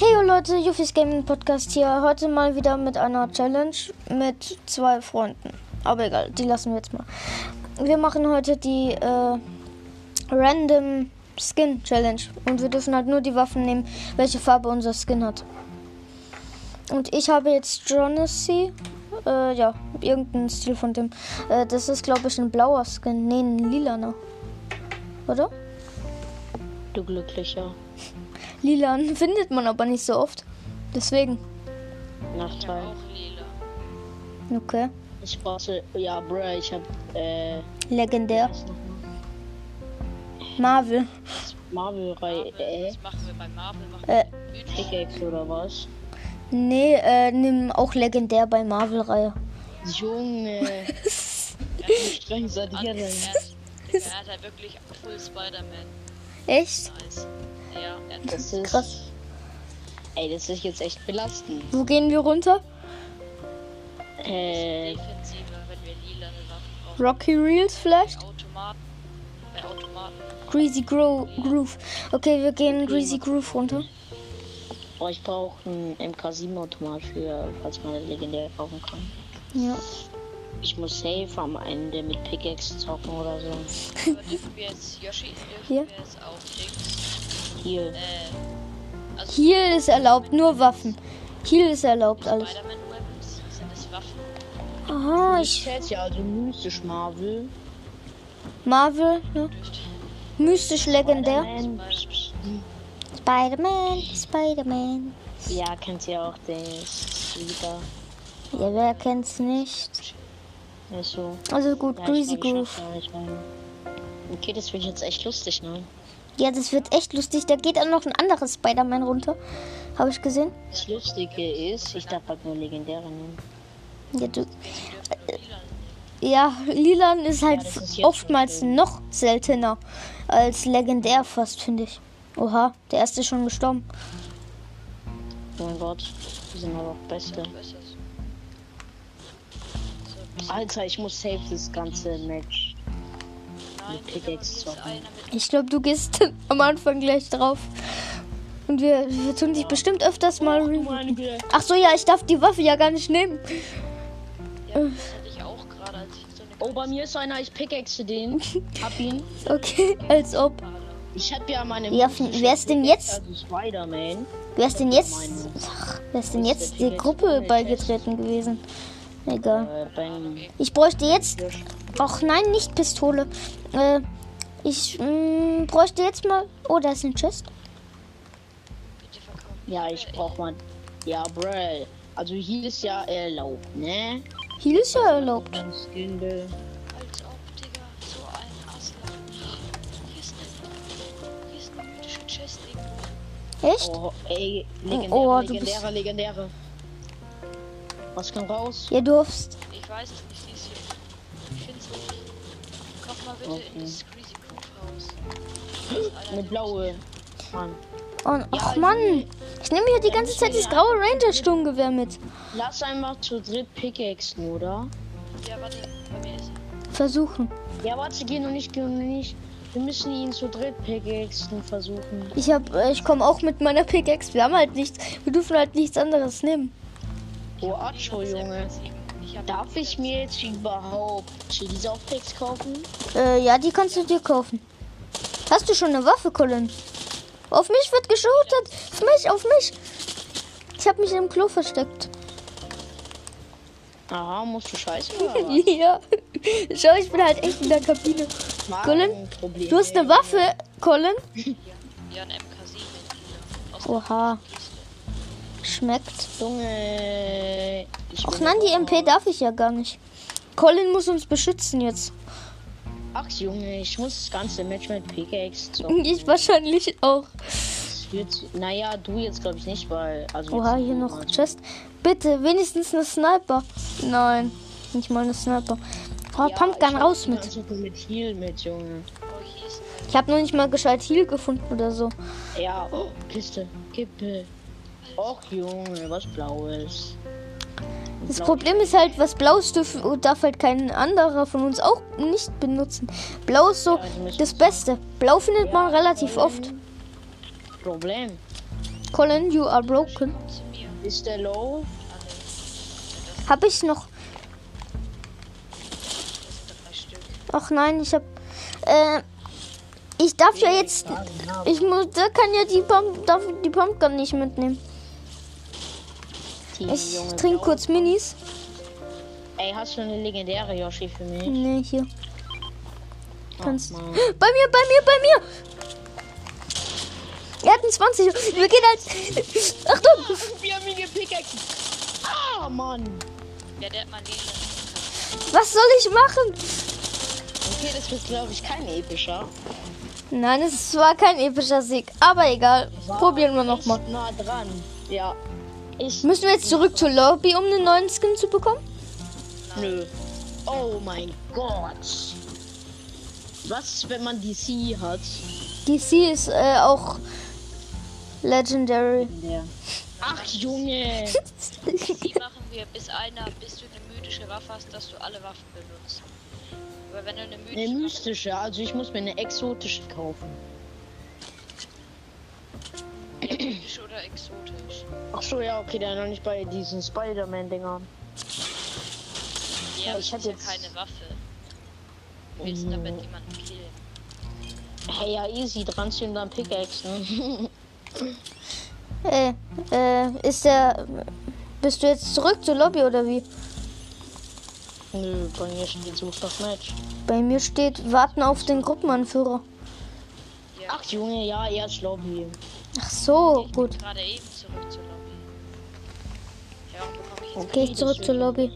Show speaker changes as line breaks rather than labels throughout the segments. Hey yo Leute, Yuffie's Gaming Podcast hier. Heute mal wieder mit einer Challenge mit zwei Freunden. Aber egal, die lassen wir jetzt mal. Wir machen heute die äh, Random Skin Challenge. Und wir dürfen halt nur die Waffen nehmen, welche Farbe unser Skin hat. Und ich habe jetzt Jonassy. Äh, ja, irgendeinen Stil von dem. Äh, das ist, glaube ich, ein blauer Skin. Nee, ein lilaner. Oder?
Du Glücklicher.
Lilan findet man aber nicht so oft. Deswegen.
Nachteil.
Okay.
Ich brauche. Ja, bruh, ich hab. Äh.
Legendär.
was noch mal?
Marvel.
Marvel-Reihe. Äh.
Das machen wir bei Marvel. Machen
Äh,
wir
Pickaxe oder was?
nee, äh, nimm auch legendär bei Marvel-Reihe.
Junge. Streng seid ihr
er,
denn?
hat, er hat halt wirklich cool Spider-Man.
Echt?
Nice. Ja, er hat
Das ist.
Krass.
Ey, das ist jetzt echt belastend.
Wo gehen wir runter?
Äh.
defensiver, wenn wir lila Waffen brauchen.
Rocky Reels vielleicht?
Automaten. Bei Automaten.
Greasy Gro Groove. Okay, wir gehen Greasy Groove runter.
Boah, ich brauche einen MK7-Automat für, falls man eine legendäre kaufen kann.
Ja.
Ich muss safe am Ende mit Pickaxe zocken oder so.
Aber dürfen wir jetzt Yoshi, dürfen
Hier?
wir jetzt auch Dings.
Hier.
Äh, also
Heal ist erlaubt, nur Waffen. Heal ist erlaubt, alles.
Spider-Man Weapons sind das Waffen.
Aha,
Ich
ich.
schätze ja, also mystisch Marvel.
Marvel, ne? Mystisch legendär.
Ähm,
Spider-Man, Spider-Man.
Ja, kennt ihr auch den wieder.
Ja, wer kennt's nicht?
Also,
Also gut,
ja,
Greasy
ich glaub, ich
Groove.
schaff's gar nicht rein. Okay, das wird jetzt echt lustig, ne?
Ja, das wird echt lustig. Da geht auch noch ein anderes Spider-Man runter. Habe ich gesehen.
Das Lustige ist, ich darf halt nur legendäre nehmen.
Ja, du.
Die dürfen nur lila nehmen.
ja Lilan ist halt
Ja, das ist jetzt
oftmals noch seltener als legendär fast, finde ich. Oha, der erste ist schon gestorben.
Oh mein Gott, die sind aber auch beste.
Was ist das?
Alter, ich muss safe das ganze Match.
Nein,
Mit
ich habe hier
Pickaxe
ist
zocken.
einer mit
Ich glaube, du gehst am Anfang gleich drauf. Und wir, wir tun dich bestimmt öfters
Oh
mal rebooten. Ach so, ja, ich darf die Waffe ja gar nicht nehmen.
Ja, das hatte ich auch gerade, als ich so eine
Oh, bei mir ist einer, ich pickaxe den. Hab ihn.
Okay, als ob.
Ich hab ja meine.
Ja, wer ist denn jetzt?
Also Spider-Man.
Wer ist denn jetzt? Ach, wer ist denn jetzt der Gruppe beigetreten gewesen? Egal.
Äh, beim
Ich bräuchte jetzt. Ach nein, nicht Pistole. Äh, ich mh, bräuchte jetzt mal. Oh, da ist ein Chest.
Bitte verkaufen.
Ja, ich brauch mal. Ja, bruh. Also hier ist ja erlaubt, ne?
Heal ist ja erlaubt.
Dann Skin, äh,
Als ob, Digga, so ein Aslan. Hier ist eine, hier ist eine mythische Chest irgendwo.
Echt?
Oh, ey, legendäre,
Oh, du bist-
legendäre, legendäre. Was kann raus?
Ja, durfst.
Ich weiß es nicht, die ist hier. Ich find's nicht. Komm mal bitte
Okay.
in das Greasy Groove Haus. Da ist einer,
Eine
der-
blaue. Mann.
Und, ach Mann. Ich nehme hier die ganze Zeit das graue Ranger-Sturmgewehr mit.
Lass einfach zu dritt pickaxen, oder?
Ja, warte, bei mir ist er.
Versuchen.
Ja, warte, geh noch nicht, geh noch nicht. Wir müssen ihn zu dritt pickaxen versuchen.
Ich hab, äh, ich komme auch mit meiner Pickaxe. Wir haben halt nichts. Wir dürfen halt nichts anderes nehmen.
Oh, Acho, Junge.
Ich hab
Darf ich mir jetzt überhaupt Chili Softpacks kaufen?
Äh, ja, die kannst du dir kaufen. Hast du schon eine Waffe, Colin? Auf mich wird geshootet. Auf mich, auf mich. Ich habe mich im Klo versteckt.
Aha, musst du scheiße. oder was?
Ja. Schau, ich bin halt echt in der Kabine.
Mann,
Colin,
Problem.
Du hast eine Waffe, Colin?
Ja, ein MK7 aus der
Oha,
Kiste.
schmeckt.
Junge. Ich
Ach
bin
nein, die
aber-
MP darf ich ja gar nicht. Colin muss uns beschützen jetzt.
Ach Junge, ich muss das ganze Match mit Pickaxe zocken.
Ich wahrscheinlich auch.
Das wird, naja, du jetzt glaube ich nicht, weil. Also
Oha,
jetzt-
hier noch Chest. Bitte, wenigstens eine Sniper. Nein, nicht mal eine Sniper. Oh,
Ja,
Pumpgun
ich
raus
bin
mit.
also mit Heal mit, Junge.
Oh, hier ist
Ich habe noch nicht mal gescheit Heal gefunden oder so.
Ja, oh, Kiste, Kippe. Och Junge, was Blaues.
Das
Blau-
Problem ist halt, was Blaues dürfen, darf halt kein anderer von uns auch nicht benutzen. Blau ist so
Ja, die müssen
das
es-
Beste. Blau findet man relativ oft.
Problem.
Colin, you are broken.
Komm zu mir.
Ist der low?
Ah, nee.
Hab ich noch?
Das sind drei Stück.
Ach nein, ich hab. Äh, ich darf ja jetzt. Ich muss, der kann ja die, Pump, darf die Pumpgun nicht mitnehmen.
Team
Ich
Junge
trinke
Blau.
kurz Minis.
Ey, hast du eine legendäre Yoshi für mich?
Nee, hier.
Ach,
Hm, kannst-
Mann.
Bei mir, bei mir, bei mir! Er hat einen 20. Wir gehen als. Achtung!
Bärmige Pickaxe. Ah, Mann.
Ja, der hat mal Leben.
Was soll ich machen?
Okay, das wird, glaube ich, kein epischer.
Nein, es war kein epischer Sieg. Aber egal. Probieren wir nochmal.
Ist nah dran. Ja. Ist.
Müssen wir jetzt zurück zur Lobby, um einen neuen Skin zu bekommen?
Nö. Oh mein Gott. Was, wenn man DC hat?
DC ist äh, auch legendary.
Ja. Ach, Junge.
Die machen wir, bis einer, bis du eine mythische Waffe hast, dass du alle Waffen benutzt. Aber wenn du eine
Eine
mythische Waffe
mystische. Also, ich muss mir eine exotische kaufen.
ja, mythisch oder exotisch.
Ach so, ja, okay, dann noch nicht bei diesen Spider-Man-Dingern.
Ja,
Ja,
aber
ich
ich
hab
habe ja
jetzt- Oh.
keine Waffe. Wir müssen damit jemanden killen.
Hey, ja, easy. Dran ziehen, dann ne? Pickaxen.
Äh, äh, ist der. Bist du jetzt zurück zur Lobby oder wie?
Nö, bei mir steht Such das Match.
Bei mir steht Warten auf den Gruppenanführer.
Ja,
Ach, Junge, ja, erst Lobby.
Ach so,
Oh,
ich
gut.
bin gerade eben zurück zur Lobby. Ja, warum bekomme ich jetzt,
Gehe ich zurück zur Lobby.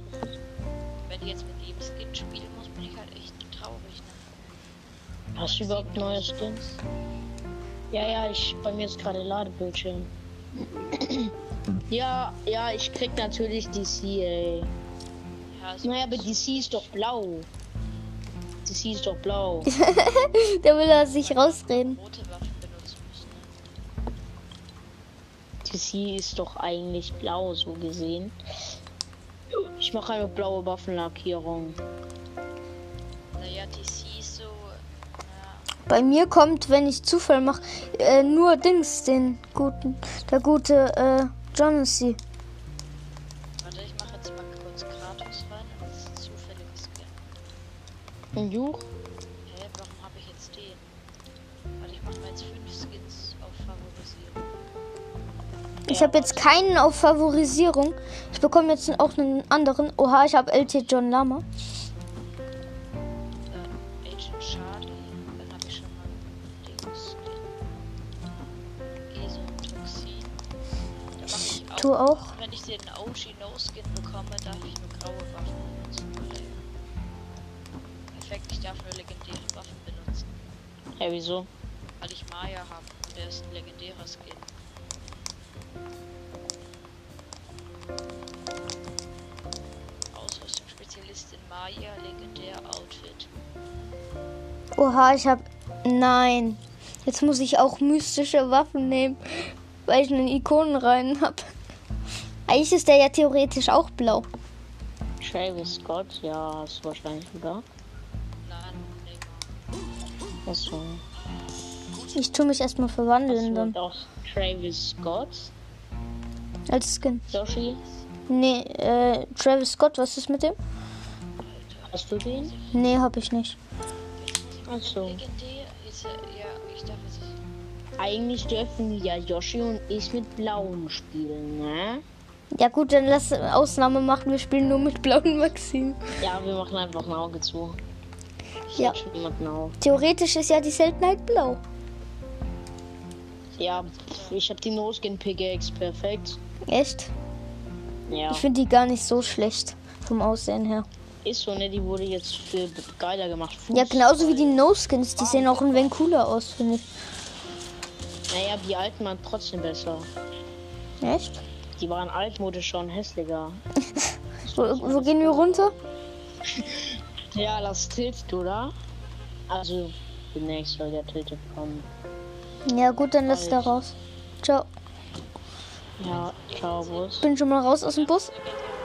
wenn ich jetzt mit jedem Skin spielen muss, bin ich halt echt traurig. Ne?
Hast du überhaupt neue Skins? Ja, ja, ich bei mir ist gerade Ladebildschirm. ja, ja, ich krieg natürlich DC, ey.
Ja, also
Naja, aber DC ist doch blau. DC ist doch blau.
Da will er sich rausreden.
rote Waffen benutzen müssen. ne?
DC ist doch eigentlich blau, so gesehen. Ich mache eine blaue Waffenlackierung.
Naja, DC ist so. Ja,
Bei mir kommt, wenn ich Zufall mache, äh, nur Dings, den guten, der gute äh, Jonassy.
warte, ich mache jetzt mal kurz Kratos rein und das ist ein zufälliges Skin.
Und Juch?
Hä, warum habe ich jetzt den? Warte, ich mache mal jetzt fünf Skins auf Favorisieren.
Ich habe jetzt keinen auf Favorisierung. Ich bekomme jetzt auch einen anderen. Oha, ich habe LT John Lama.
Dann Agent Charlie, dann habe ich schon mal Dings Skin. Esotoxin. Da mache ich auch.
Du auch?
Wenn ich den OG No Skin bekomme, darf ich nur graue Waffen benutzen. Perfekt, ich darf nur legendäre Waffen benutzen.
Hä, wieso?
weil ich Maya habe und der ist ein legendärer Skin. Ausrüstungsspezialistin Maya, legendär Outfit.
Oha, ich habe... Nein. Jetzt muss ich auch mystische Waffen nehmen, weil ich einen Ikonen rein habe. Eigentlich ist der ja theoretisch auch blau.
Travis Scott? Ja, hast du wahrscheinlich, oder?
Nein, Neymar.
Achso.
Ich tue mich erstmal verwandeln
Und
dann.
auch Travis Scott?
Als Skin.
Yoshi?
Nee, äh, Travis Scott, was ist mit dem?
Hast du den?
Nee, habe ich nicht.
Ach so.
Legendär ist er, ja, ich darf es nicht.
Eigentlich dürfen ja Yoshi und ich mit Blauen spielen, ne?
Ja gut, dann lass Ausnahme machen. Wir spielen nur mit blauen Maxim.
Ja, wir machen einfach ein Auge zu. Ich
Ja.
ja. schon jemanden auf.
Theoretisch ist ja die Seltenheit blau.
Ja, pff, ich hab die Noskin Pickaxe, perfekt.
Echt?
Ja,
Ich finde die gar nicht so schlecht vom Aussehen her.
ist so, ne? Die wurde jetzt für geiler gemacht. Fuß.
Ja, genauso wie die No-Skins. Die sehen auch ein wenig cooler aus, finde ich.
Naja, die alten waren trotzdem besser.
Echt?
Die waren altmodisch schon hässlicher.
Wo, wo gehen wir runter?
Ja, das tiltet, oder? Also, demnächst soll der Tilted kommen.
Ja gut, dann lass da raus. Ciao.
Ja, ciao, Bus.
Bin schon mal raus aus dem Bus.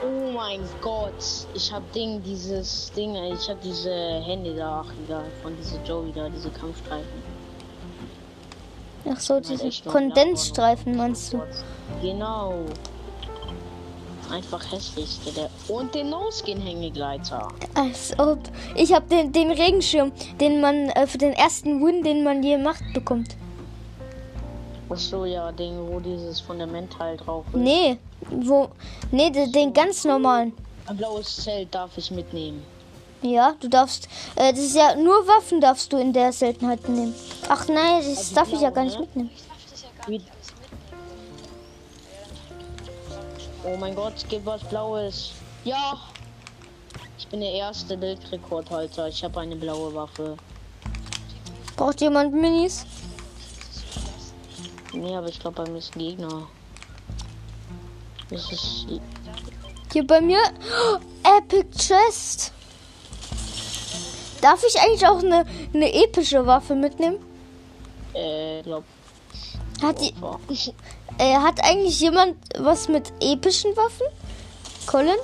Oh mein Gott, ich hab Ding, dieses Ding, ich hab diese Hände da, ach egal, von diese Joey da, diese Kampfstreifen.
Ach so,
Halt
diesen
echt nur
Kondensstreifen meinst du?
Genau. Einfach hässlichste der. Und den No-Skin-Hängegleiter.
Als ob. Ich habe den, den Regenschirm, den man äh, für den ersten Win, den man je macht, bekommt.
Achso, ja, den, wo dieses Fundament halt drauf ist.
Nee, wo. Nee, den, den ganz normalen.
Ein blaues Zelt darf ich mitnehmen.
Ja, du darfst. Äh, das ist ja nur Waffen darfst du in der Seltenheit nehmen. Ach nein,
Also
das darf
genau,
ich ja gar nicht mitnehmen.
Ich darf das ja gar nicht alles mitnehmen.
Oh mein Gott, gib was Blaues. Ja! Ich bin der erste Bildrekordhalter. Ich habe eine blaue Waffe.
Braucht jemand Minis?
Nee, aber ich glaube, bei mir ist ein Gegner. Das ist.
Hier bei mir. Oh, Epic Chest. Darf ich eigentlich auch eine, eine epische Waffe mitnehmen?
Äh, glaub.
Hat, die,
Boah.
äh, hat eigentlich jemand was mit epischen Waffen? Colin?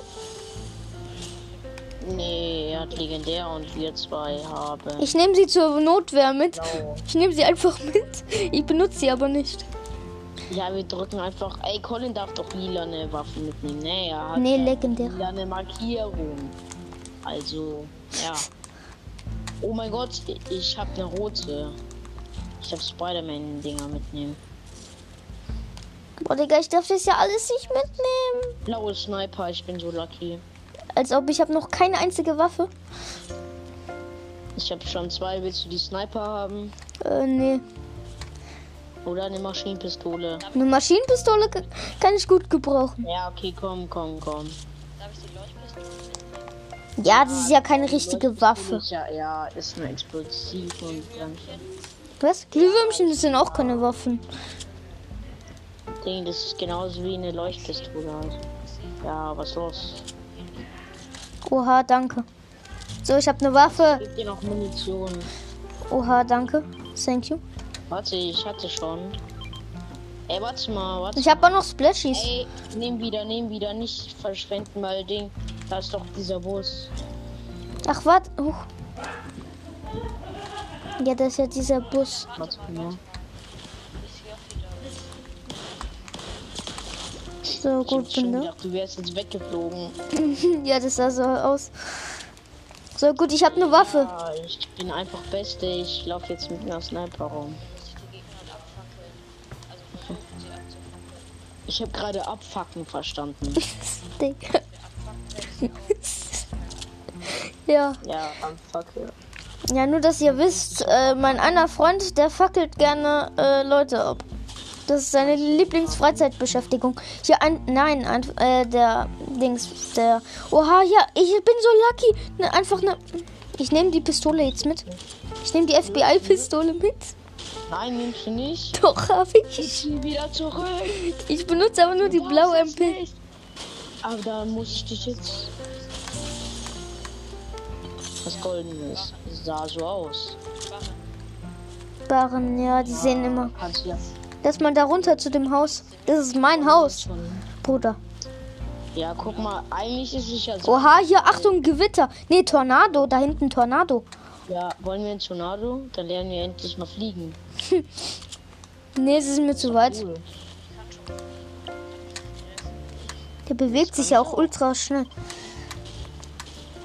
Nee, er hat legendär und wir zwei haben.
Ich nehme sie zur Notwehr mit.
Blau.
Ich nehme sie einfach mit. Ich benutze sie aber nicht.
Ja, wir drücken einfach. Ey, Colin darf doch lilane Waffen mitnehmen. Nee, er hat
Nee,
ja
legendäre.
lilane Markierung. Also, ja. Oh mein Gott, ich habe eine rote. Ich habe Spider-Man-Dinger mitnehmen.
Boah, Digga, ich darf das ja alles nicht mitnehmen.
Blaue Sniper, ich bin so lucky.
Als ob ich habe noch keine einzige Waffe.
Ich habe schon zwei. Willst du die Sniper haben?
Äh, nee.
Oder eine Maschinenpistole?
Eine Maschinenpistole k- kann ich gut gebrauchen.
Ja, okay, komm, komm, komm.
Darf ich die Leuchtpistole mitnehmen?
Ja, das ist ja keine richtige Waffe.
Ist ja, ja, ist nur explosiv und dann.
Was? Glühwürmchen das sind auch keine Waffen.
Ding, das ist genauso wie eine Leuchtpistole halt. Ja, was los?
Oha, danke. So, ich habe eine Waffe.
Gib dir noch Munition.
Oha, danke. Thank you.
Warte, ich hatte schon. Ey, warte mal, warte.
Ich habe auch noch Splashies.
Ey, nehm wieder, nehm wieder, nicht verschwenden, weil Ding, da ist doch dieser Bus.
Ach, warte. Huch. Ja, das ist ja dieser Bus.
Warte mal. ne?
So,
Ich hab
gut, ne?
schon
bin da.
gedacht, du wärst jetzt weggeflogen.
Ja, das sah so aus. So, gut, ich habe eine Waffe.
Ja, ich bin einfach Beste, ich lauf jetzt mit einer Sniper rum. Ich habe gerade abfacken verstanden.
Digga. ja.
Ja, abfacke.
Ja, nur dass ihr wisst, äh, mein einer Freund, der fackelt gerne äh, Leute ab. Das ist seine Lieblingsfreizeitbeschäftigung. Hier ein, nein, ein, äh, der Dings, der. Oha, ja, ich bin so lucky. Ne, einfach ne. Ich nehme die Pistole jetzt mit. Ich nehme die FBI-Pistole mit.
Nein, nimmst du nicht.
Doch, hab ich.
Ich bin wieder zurück.
Ich benutze aber nur die blaue
Das ist
MP.
nicht. Aber da muss ich dich jetzt. Was goldenes. Sah so aus.
Barren, ja, die sehen immer.
Kannst du ja
Lass mal da runter zu dem Haus. Das ist mein Haus,
schon.
Bruder.
Ja, guck mal, eigentlich ist es ja so.
Oha, hier, Achtung, Gewitter. Nee, Tornado, da hinten Tornado.
Ja, wollen wir in Tornado? Dann lernen wir endlich mal fliegen.
Nee, es ist mir zu weit.
Cool.
Der bewegt sich ja auch ultra schnell.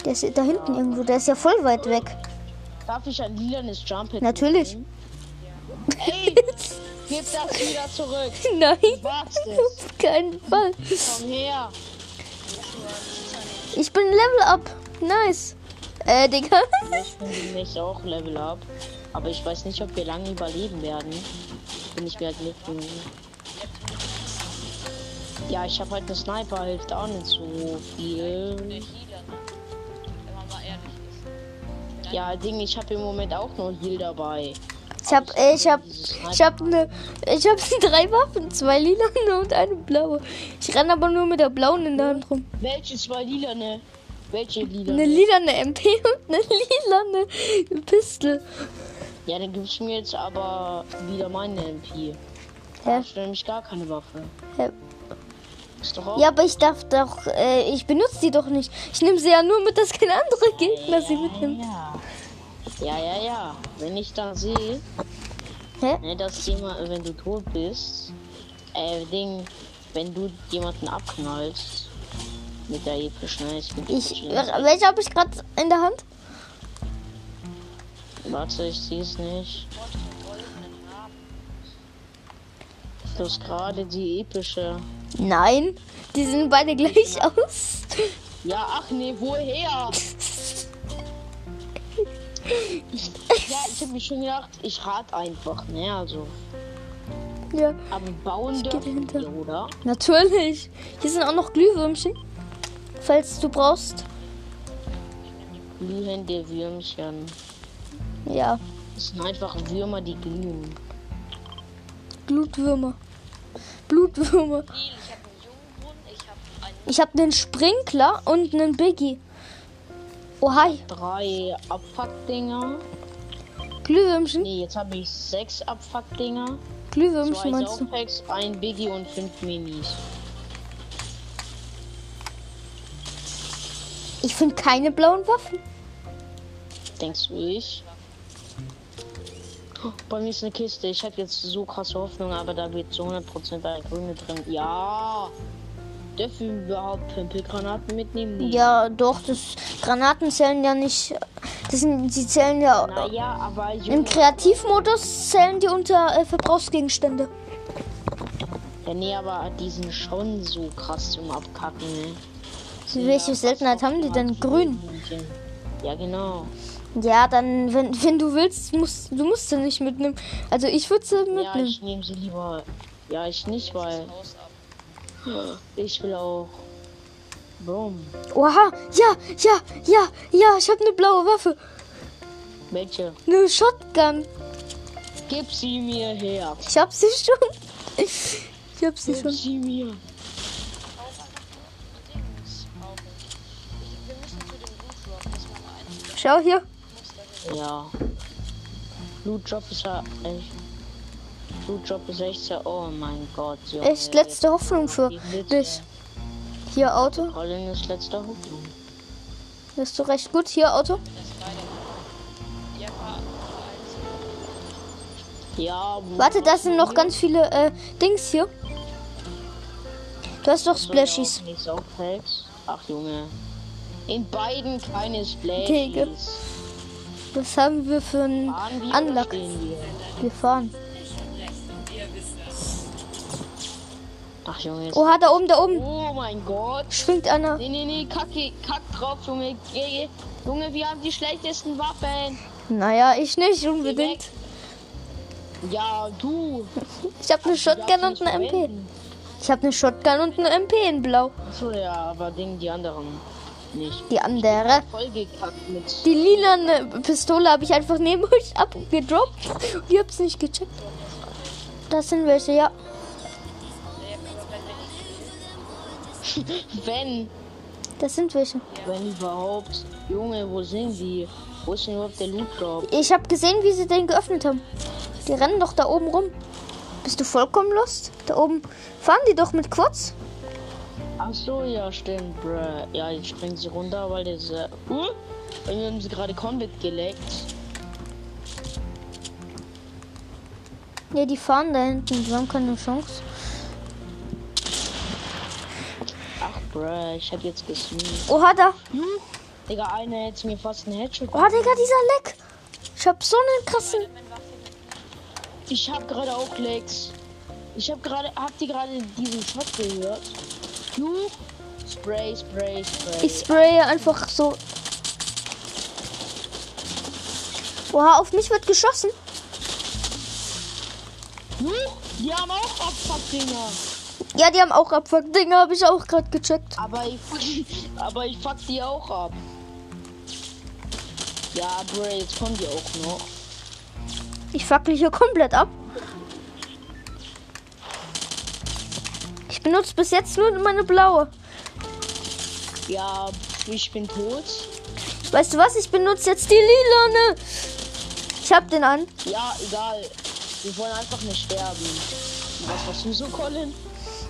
Der ist da hinten irgendwo, der ist ja voll weit weg.
Darf ich ein lilanes Jumphead?
Natürlich.
mitnehmen? Ey, gib das wieder zurück.
Nein,
Was ist?
auf keinen Fall.
Komm her.
Ich bin Level Up. Nice. Äh, Digga.
Ich bin demnächst Hm, auch Level Up. Aber ich weiß nicht, ob wir lange überleben werden. Bin ich mir halt nicht. Ja, ich habe halt einen Sniper, hilft auch nicht so viel.
Wenn man mal ehrlich ist.
Ja, Ding, ich habe im Moment auch nur Heal dabei.
Ich hab, äh, ich hab, ich hab ne, ich hab drei Waffen, zwei lilane und eine blaue. Ich renn aber nur mit der blauen in der Hand rum.
Welche zwei lilane? ne? Welche lilane?
Eine lilane MP und eine lilane Pistole.
ja, dann gibst du mir jetzt aber wieder meine MP.
Hä?
Ich will nämlich gar keine Waffe.
Hä?
Ist doch auch.
Ja, aber ich darf doch, äh, ich benutze die doch nicht. Ich nehme sie ja nur mit, dass kein anderer Gegner sie mitnimmt.
Ja, ja, ja. ja. Wenn ich da sehe,
Hä?
Ne, das Thema, wenn du tot bist, äh, Ding, wenn du jemanden abknallst mit der epischen ne, Eis, mit der
Ich,
epischen Eis-
welche habe ich gerade in der Hand?
Warte, ich sieh's nicht.
Wort vom goldenen Raben.
Du hast gerade die epische.
Nein, die sehen beide gleich aus.
Ja, ach nee, woher? Ja, ich hab mir schon gedacht, ich rate einfach, ne, also.
ja,
Aber bauen
geh
dürfen
dahinter.
wir, oder?
natürlich. Hier sind auch noch Glühwürmchen, falls du brauchst.
Glühende Würmchen.
Ja,
Das sind einfach Würmer, die glühen.
Blutwürmer. Blutwürmer.
Viel, ich habe einen Jungbrunnen, ich habe einen
Ich habe einen Sprinkler und einen Biggie. Oh, hi.
Drei Abfuckdinger.
Glühwürmchen.
Nee, jetzt habe ich sechs Abfuckdinger.
Glühwürmchen
Zwei
meinst du?
Saugpacks, ein Biggie und fünf Minis.
Ich finde keine blauen Waffen.
Denkst du ich? Oh, Bei mir ist eine Kiste. Ich hatte jetzt so krasse Hoffnung, aber da wird zu 100% eine grüne drin. Ja! Dürfen wir überhaupt Pimpelgranaten mitnehmen? Nee.
Ja, doch, das Granaten zählen ja nicht. Das sind, die zählen ja.
Naja, aber
Im
Junge,
Kreativmodus zählen die unter äh, Verbrauchsgegenstände.
ja, nee, aber die sind schon so krass zum Abkacken, ne? Sind
Welche
ja
Seltenheit
fast
haben die denn?
automatische
Grün.
Blümchen. Ja, genau.
Ja, dann, wenn, wenn du willst, musst du musst sie nicht mitnehmen. Also ich würde sie
Ja,
mitnehmen.
ich nehme sie lieber. Ja, ich nicht, weil
Haus ab.
ich will auch. Boom.
Oha, ja, ja, ja, ja, ich habe eine blaue Waffe.
Welche?
Eine Shotgun.
Gib sie mir her.
Ich hab sie schon. Ich hab sie
Gib
schon.
sie mir.
Kauf einfach nur Dings. Kauf ich. Ich- Wir müssen zu dem Loot Drop, das war mal eins der
Schau hier.
Muster.
Ja. Loot Drop ist ja echt. Loot Drop ist echt sehr. Oh mein Gott. Junge,
Echt letzte Hoffnung für
Die Witze.
dich. Hier Auto.
Colin ist letzte Hoffnung.
Bist du recht gut? Hier Auto.
Das war der. Der war vereinzelt.
Ja.
Warte, da sind noch ganz viele äh, Dings hier. Du hast doch Splashies.
Nicht Saugpacks. Ach Junge. In beiden keine
Digga.
Splashies.
Was haben wir für einen
Fahren wir oder
Anlack?
stehen wir?
Wir fahren.
Ach Junge. Jetzt...
Oha, da oben, da oben.
Oh mein Gott.
Schwingt einer.
Nee, nee, nee, kacke, kack drauf, Junge. Geh, geh. Junge, wir haben die schlechtesten Waffen.
Naja, ich nicht
Geh
unbedingt.
weg. Ja, du.
Ich habe eine Shotgun und
darfst
eine MP.
nicht verwenden.
Ich habe eine Shotgun und eine MP in Blau.
Achso, ja, aber Ding, die anderen nicht.
Die andere.
Vollgekackt mit.
Die lilane Pistole habe ich einfach neben euch abgedroppt. Und ihr habt's nicht gecheckt. Das sind welche, ja.
Wenn,
Das sind welche.
wenn überhaupt. Junge, wo sind die? Wo ist denn überhaupt der Loot Drop?
Ich habe gesehen, wie sie den geöffnet haben. Die rennen doch da oben rum. Bist du vollkommen lost? Da oben fahren die doch mit Quads.
Achso, ja, stimmt, bruh. Ja, ich spring sie runter, weil der ist. Äh, uh, und wir haben sie gerade Combat geleckt.
Ne, die fahren da hinten. Die haben keine Chance.
Ach, bruh, ich hab jetzt gesneakt.
Oha, da.
Digga, einer hätte mir fast einen Headshot.
Oha, Digga, dieser Leck. Ich hab so einen krassen.
Ich hab gerade auch Lex. Ich hab gerade, habt ihr gerade diesen Shot gehört? Du? Spray, Spray, Spray.
Ich spraye einfach so. Oha, auf mich wird geschossen.
du? Die haben auch Abfuckdinger.
Ja, die haben auch Abfuck-Dinger, habe ich auch gerade gecheckt.
Aber ich, aber ich fuck die auch ab. Ja, Bray, jetzt kommen die auch noch.
Ich fackle hier komplett ab. Ich benutze bis jetzt nur meine blaue.
Ja, ich bin tot.
Weißt du was? Ich benutze jetzt die lilane. Ich hab den an.
Ja, egal. Wir wollen einfach nicht sterben. Was machst du so, Colin?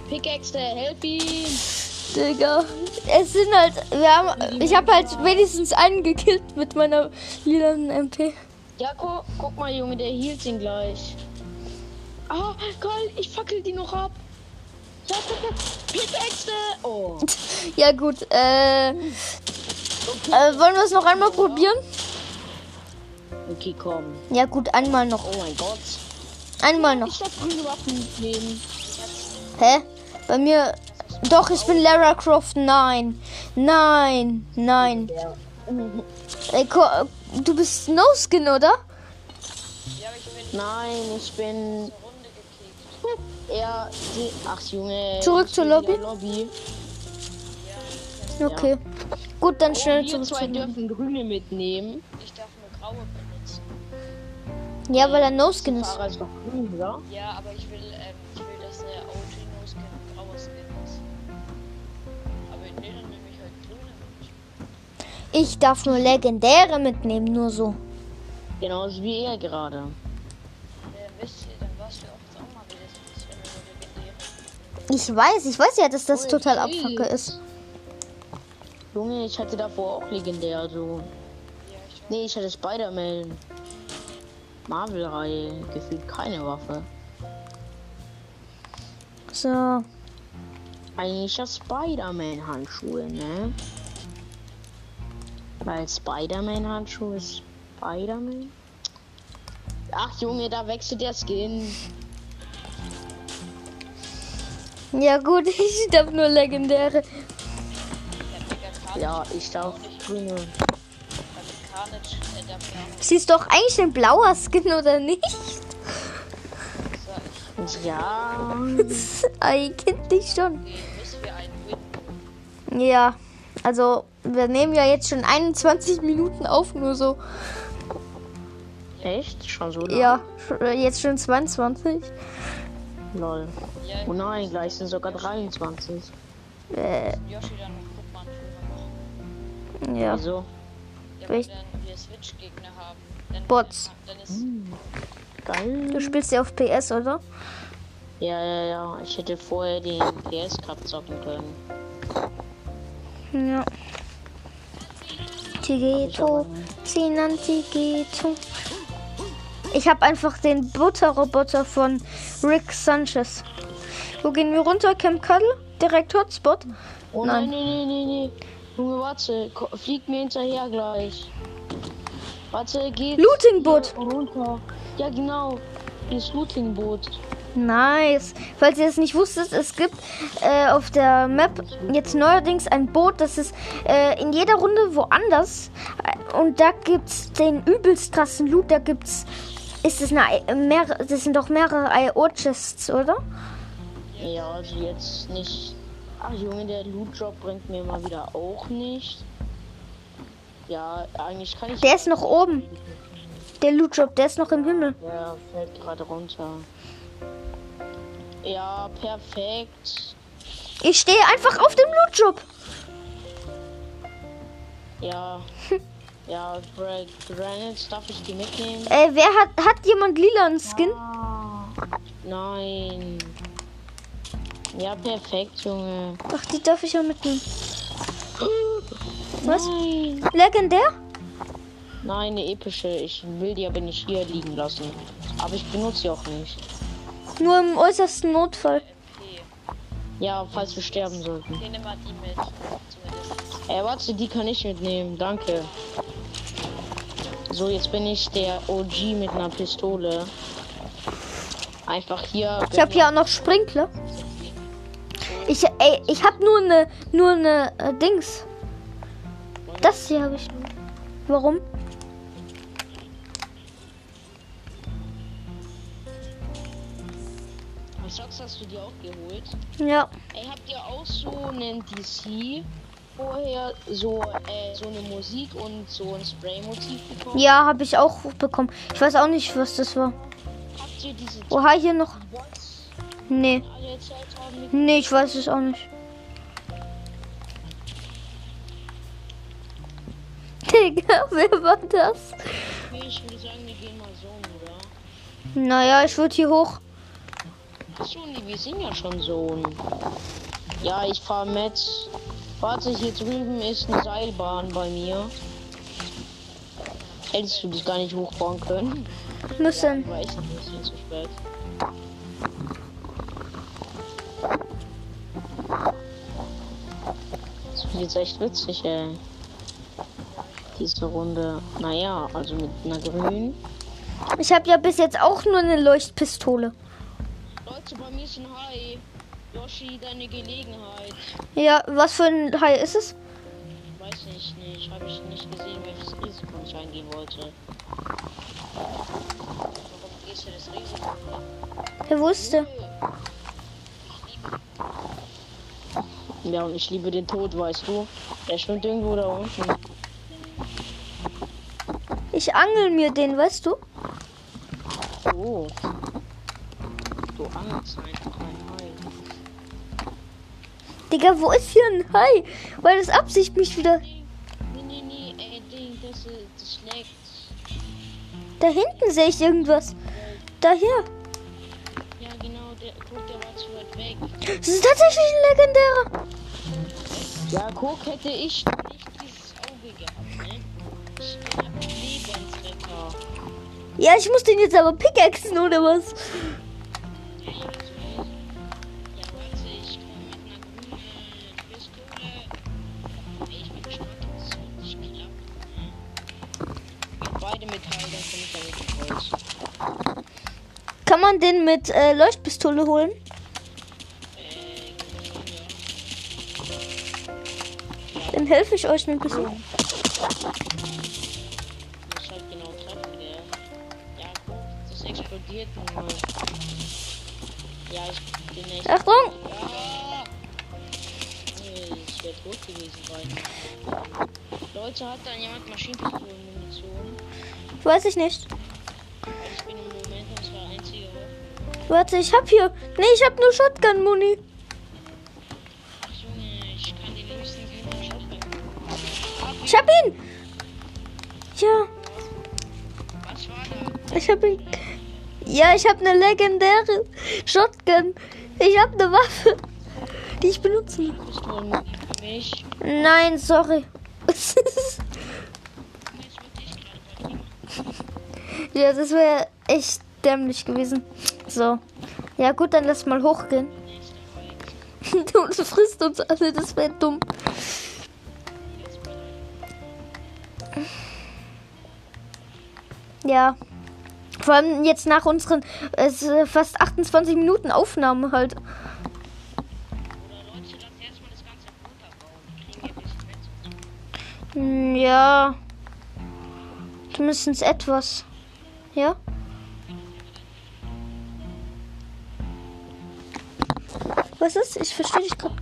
Pickaxe, help ihn.
Digga. Es sind halt. Wir haben, ich habe halt wenigstens einen gekillt mit meiner lilanen MP.
Ja, gu guck mal, Junge, der hielt ihn gleich. Ah, geil, ich fackel die noch ab. Ja, guck mal. Pickaxe! Oh,
Ja, gut. Äh, äh, wollen wir es noch einmal probieren?
okay, komm.
Ja, gut, einmal noch.
Oh mein Gott.
Einmal noch.
Ich darf grüne Waffen nehmen.
Hä? Bei mir. Doch, ich bin Lara Croft. Nein. Nein. Nein.
Ja.
Ey, Ko- du bist No-Skin, oder?
Nein, ich bin. Ja, die- ach Junge.
Zurück
ich
zur
bin wieder
Lobby?
Lobby.
Okay. Gut, dann
Schnell
schnell
oh, wir
zurück
zwei
zu
dürfen grüne mitnehmen.
Ich darf nur graue benutzen.
Ja, weil er No-Skin ist.
Fahrer ist doch grün, oder?
Ja, aber ich will, ähm, ich will, dass der OG No Skin und grauer Skin ist. Aber nee, dann nehme ich halt grüne mit.
Ich darf nur Legendäre mitnehmen, nur so.
Genauso wie er gerade.
Äh, wisst ihr, dann warst du auch jetzt auch mal wieder so ein bisschen nur legendär.
Ich weiß, ich weiß ja, dass das
Ui,
total
ui.
Abfacke ist.
Junge, ich hatte davor auch legendär so.
Ja, ich
Nee, ich hatte Spider-Man. Marvel-Reihe. Gefühlt keine Waffe.
So.
Eigentlich ja Spider-Man-Handschuhe, ne? Weil Spider-Man-Handschuhe ist Spider-Man. Ach Junge, da wechselt der Skin.
Ja, gut, ich darf nur Legendäre.
hab mega Carnage.
Ja, ich darf grüne.
Also Carnage, äh, darf ja auch nicht
Sie ist doch eigentlich ein blauer Skin, oder nicht?
sein.
Ja.
Eigentlich schon.
Okay, müssen wir einen Win.
Ja, also wir nehmen ja jetzt schon 21 Minuten auf, nur so.
Echt? Schon so lang?
Ja, sch- äh, jetzt schon 22.
Lol.
Ja,
Oh nein, gleich sind sogar 23.
Äh,
Yoshi dann noch Pokémon Führer machen.
ja.
Wieso?
Ja, weil
Echt?
dann wir Switch-Gegner haben. Dann,
Bots.
Dann ist
Geil.
Du spielst ja auf PS, oder?
Ja, ja, ja. Ich hätte vorher den PS-Cup zocken können.
Ja. Tigeto, Sinan Tigeto. Ich habe einfach den Butterroboter von Rick Sanchez. Wo gehen wir runter? Camp Cuddle? Direkt Hotspot?
Oh nein, nein, nein, nein, nein. Junge, warte. Ko- Flieg mir hinterher gleich. Warte, geht.
Lootingboot.
hier Runter. Ja, genau. Hier ist Lootingboot.
Nice. Falls ihr es nicht wusstet, es gibt äh, auf der Map jetzt neuerdings ein Boot, das ist äh, in jeder Runde woanders. Äh, Und da gibt's den übelst krassen Loot. Da gibt's. Ist es eine. I- Mehr, das sind doch mehrere IO-Chests, oder?
Ja, also jetzt nicht. Ach, Junge, der Loot-Drop bringt mir mal wieder auch nicht. Ja, eigentlich kann ich.
Der ist noch oben. Der Loot Drop, der ist noch im Himmel.
Ja, fällt gerade runter. Ja, perfekt.
Ich stehe einfach auf dem Loot Drop.
Ja. Ja, Gra- Granite, darf ich die mitnehmen?
Äh, wer hat. Hat jemand lilan Skin?
Ah, nein. Ja, perfekt, Junge.
Ach, die darf ich ja mitnehmen. Was?
Nein.
Legendär?
Nein, eine epische. Ich will die aber nicht hier liegen lassen. Aber ich benutze sie auch nicht.
Nur im äußersten Notfall.
MP.
Ja, falls wir sterben sollten.
Okay, nimm mal die mit. Zumindest.
Ey, warte, die kann ich mitnehmen. Danke. So, jetzt bin ich der OG mit einer Pistole. Einfach hier.
Ich habe hier auch noch Sprinkler. Ich, ey, ich habe nur eine, nur eine äh, Dings. Das hier habe ich. nur. Warum?
Socks hast du dir auch geholt.
Ja.
Ey, habt ihr auch so einen DC vorher so äh, so eine Musik und so ein Spray-Motiv bekommen?
Ja, habe ich auch bekommen. Ich weiß auch nicht, was das war.
Habt ihr diese
Oha, hier noch.
Bots
Nee.
alle erzählt haben? mit-
Nee, ich weiß es auch nicht. Digga, wer war das?
Okay, ich würde sagen, wir gehen mal so, oder?
Naja, ich würde hier hoch.
Achso, nee, wir sind ja schon so. Ja, ich fahr mit. Warte, hier drüben ist eine Seilbahn bei mir. Hättest du dich gar nicht hochbauen können.
Müssen.
War echt ein bisschen zu spät. Die ist echt witzig, ey. Diese Runde. Naja, also mit einer grünen.
Ich habe ja bis jetzt auch nur eine Leuchtpistole.
Leute, bei mir ist ein Hai. Yoshi, deine Gelegenheit.
Ja, was für ein Hai ist es?
Weiß ich nicht, habe ich nicht gesehen, welches Risiko ich eingehen wollte.
Warum gehst du das Risiko an?
Wer wusste?
Ja, und ich liebe den Tod, weißt du? Der schwimmt irgendwo da unten.
Ich angel mir den, weißt du?
Oh. Du angelst einfach ein Hai.
Digga, wo ist hier ein Hai? Weil das Absicht mich wieder.
Nee, nee, nee, ey, Ding, das, ist- das schlägt.
Da hinten sehe ich irgendwas. Daher.
Ja, genau, der, guck, der war zu weit weg.
Das ist tatsächlich ein legendärer.
Ja, guck, hätte ich.
Nicht dieses Auge gehabt, ne? Ich bin einfach Lebensretter.
Ja, ich muss den jetzt aber pickaxen oder was?
Ja, also, ja, warte, ich komme mit einer grünen Pistole. Ich bin stark, das wird nicht klappen.
Wenn beide Metall, dann komme ich damit nicht raus.
Kann man den mit äh, Leuchtpistole holen? Dann helfe ich euch ein bisschen.
Muss halt genau treffen, gell? Ja, guck, das explodiert nun mal. Ja, ich bin echt.
Achtung!
Ah! Nee, Ich wäre tot gewesen, beide. Leute, hat dann jemand Maschinenpistolenmunition?
Weiß ich nicht.
Weil ich bin im Moment unsere einzige Waffe.
Warte, ich hab hier. Nee, ich hab nur Shotgun-Muni.
Ach Junge, ich kann den höchsten Gegner schaffen.
Ich hab ihn! Ja,
Was war da?
ich hab ihn. Ja, ich hab eine legendäre Shotgun. Ich hab eine Waffe, die ich benutze.
Pistolen für mich.
Nein, sorry. ja, das wäre echt dämlich gewesen. So. Ja, gut, dann lass mal hochgehen. du frisst uns alle, das wäre dumm. Ja. Vor allem jetzt nach unseren es, äh, fast 28 Minuten Aufnahme halt.
Oder Leute, lasst erstmal das ganze Boot abbauen. Die kriegen ja ein bisschen Netz und so.
Hm, Ja. Zumindest etwas. Ja? Was ist? Ich verstehe dich gerade.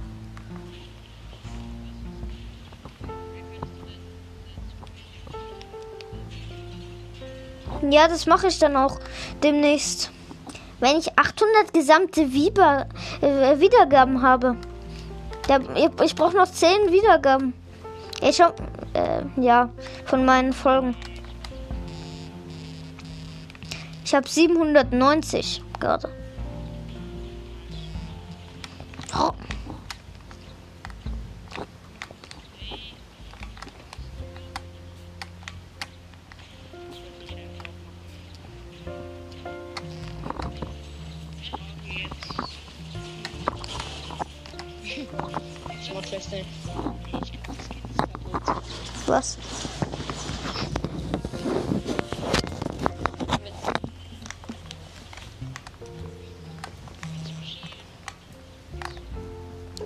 Ja, das mache ich dann auch demnächst. Wenn ich 800 gesamte Viber, äh, Wiedergaben habe. Da, ich- ich brauche noch 10 Wiedergaben. Ich hab, äh, ja, von meinen Folgen. Ich habe 790 gerade. Oh.
Ich mach gleich den.
Was?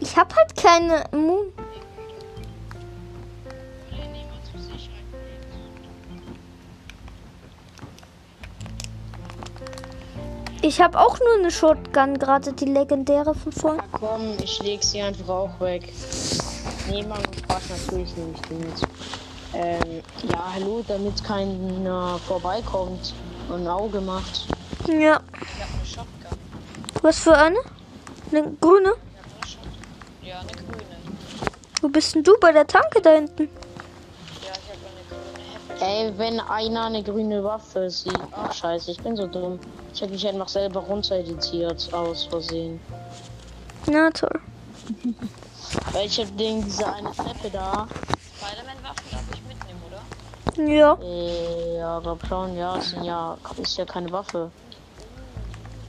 Ich habe halt keine Mu
Oder nehmen wir zur Sicherheit den.
Ich habe auch nur eine Shotgun gerade, die legendäre von vorhin.
Komm, ich leg sie einfach auch weg. Nee, Mann, Spaß natürlich nehme ich die mit. Ähm, ja, hallo, damit keiner vorbeikommt und ein Auge macht.
Ja.
Ich hab eine Shotgun.
Was für eine? Eine grüne?
Ich hab eine Shotgun. Ja, eine grüne.
Wo bist denn du bei der Tanke da hinten?
Ja, ich hab eine grüne Heffe.
Ey, wenn einer eine grüne Waffe sieht. Ach, scheiße, ich bin so dumm. Ich hätte mich einfach selber runtereditiert, aus Versehen.
Na toll.
Weil ich hab den, diese eine Treppe da.
Spider-Man-Waffen darf ich mitnehmen, oder?
Ja.
Äh, ja, glaub schon, ja, ist ja, ist ja keine Waffe.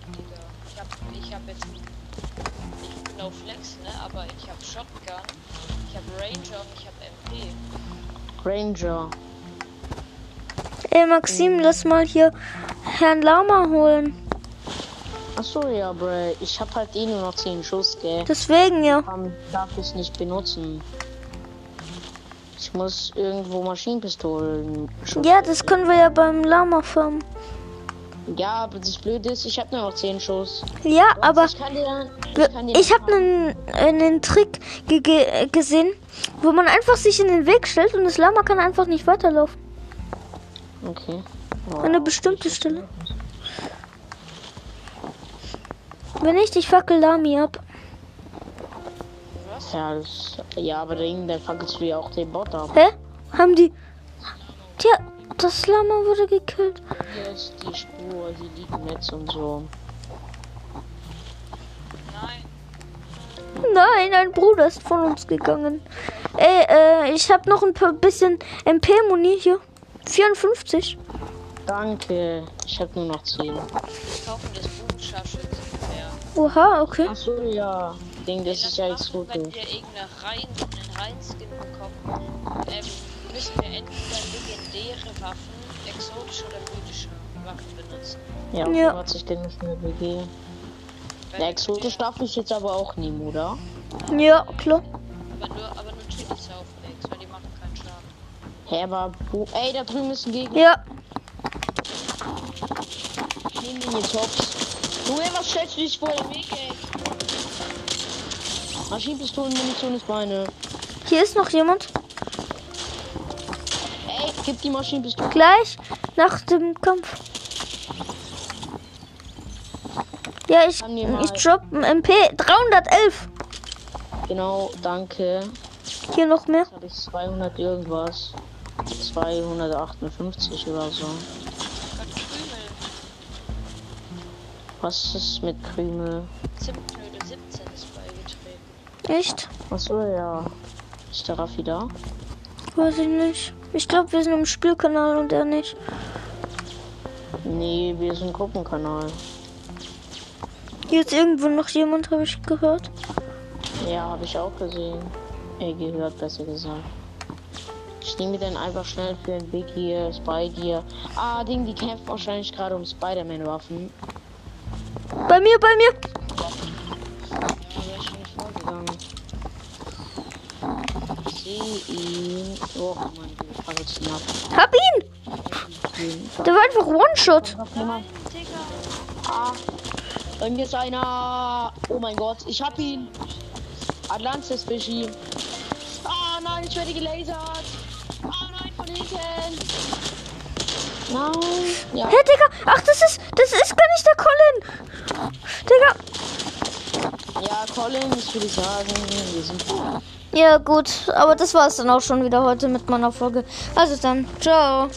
Digga. Ich hab, ich hab jetzt. Ich bin auf Flex, ne? Aber ich hab Shotgun. Ich Ich habe Ranger und ich habe MP.
Ranger.
Ey, Maxim, lass mal hier Herrn Lama holen.
Achso, ja, bro. Ich hab halt eh nur noch 10 Schuss, gell?
Deswegen ja.
Ähm, darf ich nicht benutzen. Ich muss irgendwo Maschinenpistolen schießen.
Ja, das können wir ja beim Lama farmen.
Ja, aber das Blöde ist, ich hab nur noch 10 Schuss.
Ja, aber
Ich kann dir dann.
wir-
kann dir
ich habe einen, einen Trick gege- äh, gesehen, wo man einfach sich in den Weg stellt und das Lama kann einfach nicht weiterlaufen.
Okay.
An eine bestimmte Stelle. Wenn nicht, ich fackel Lami ab.
Ja, das, ja, aber dann, dann fackelst du ja auch den Bot ab.
Hä? Haben die. Tja, das Lama wurde gekillt.
Hier ist die Spur, die liegt im Netz und so.
Nein,
Nein, ein Bruder ist von uns gegangen. Ey, äh, ich hab noch ein paar bisschen MP-Muni hier. 54.
Danke. Ich hab nur noch 10.
wir kaufen das Bogenscharfschützengewehr.
Oha, okay.
Achso, ja. Ich denke, das ist ja
Wenn
exotisch.
wir irgendeinen Reihen, einen Reihenskin bekommen, ähm, müssen wir entweder legendäre Waffen, exotische oder mythische Waffen benutzen.
Ja,
Ja.
ja. hat sich denn nicht mehr BG.
Weil
Ja, exotisch darf ich jetzt aber auch nehmen, oder?
Ja, klar.
Aber nur, aber nur Chilis auflegst, weil die machen keinen Schaden.
Hä, aber wo? Ey, da drüben ist ein Gegner.
Ja.
Ich nehm den jetzt hops. Junge, was stellst du dich vor den Weg,
äh,
ey? Maschinenpistolen, Munition ist meine.
Hier ist noch jemand.
Ey, gib die Maschinenpistole.
Gleich nach dem Kampf. Ja, ich,
Haben die mal-
ich drop ein MP 311.
Genau, danke.
Hier noch mehr.
Jetzt habe ich 200 irgendwas. 258 oder so.
Gott, Krümel,
Was ist mit Krümel?
Zimtnödel 17 ist beigetreten.
Echt?
Achso, ja. Ist der Raffi da?
Weiß ich nicht. Ich glaube, wir sind im Spielkanal und er nicht.
Nee, wir sind Gruppenkanal.
Hier ist irgendwo noch jemand, habe ich gehört.
Ja, habe ich auch gesehen. Äh, gehört, besser gesagt. Ich nehme dann einfach schnell für den Weg hier, Spy-Gear. Ah, Ding, die kämpft wahrscheinlich gerade um Spider-Man-Waffen.
Bei mir, bei mir.
Ja, wär ich schon nicht vorgegangen. Ich sehe ihn. Oh mein Gott, ich hab jetzt ihn ab.
Hab ihn.
Den-
Der war einfach One-Shot.
Noch jemand? Ah, bei mir ist einer. Oh mein Gott, ich hab ihn. Atlantis Fischi. Ah nein, ich werde gelasert. Ah nein, von hinten. Nein. Ja,
Hä, Digga? Ach, das ist, das ist gar nicht der Colin. Digga.
ja Colin, ich würde sagen, wir sind.
Ja, gut. Aber das war es dann auch schon wieder heute mit meiner Folge. Also dann, ciao.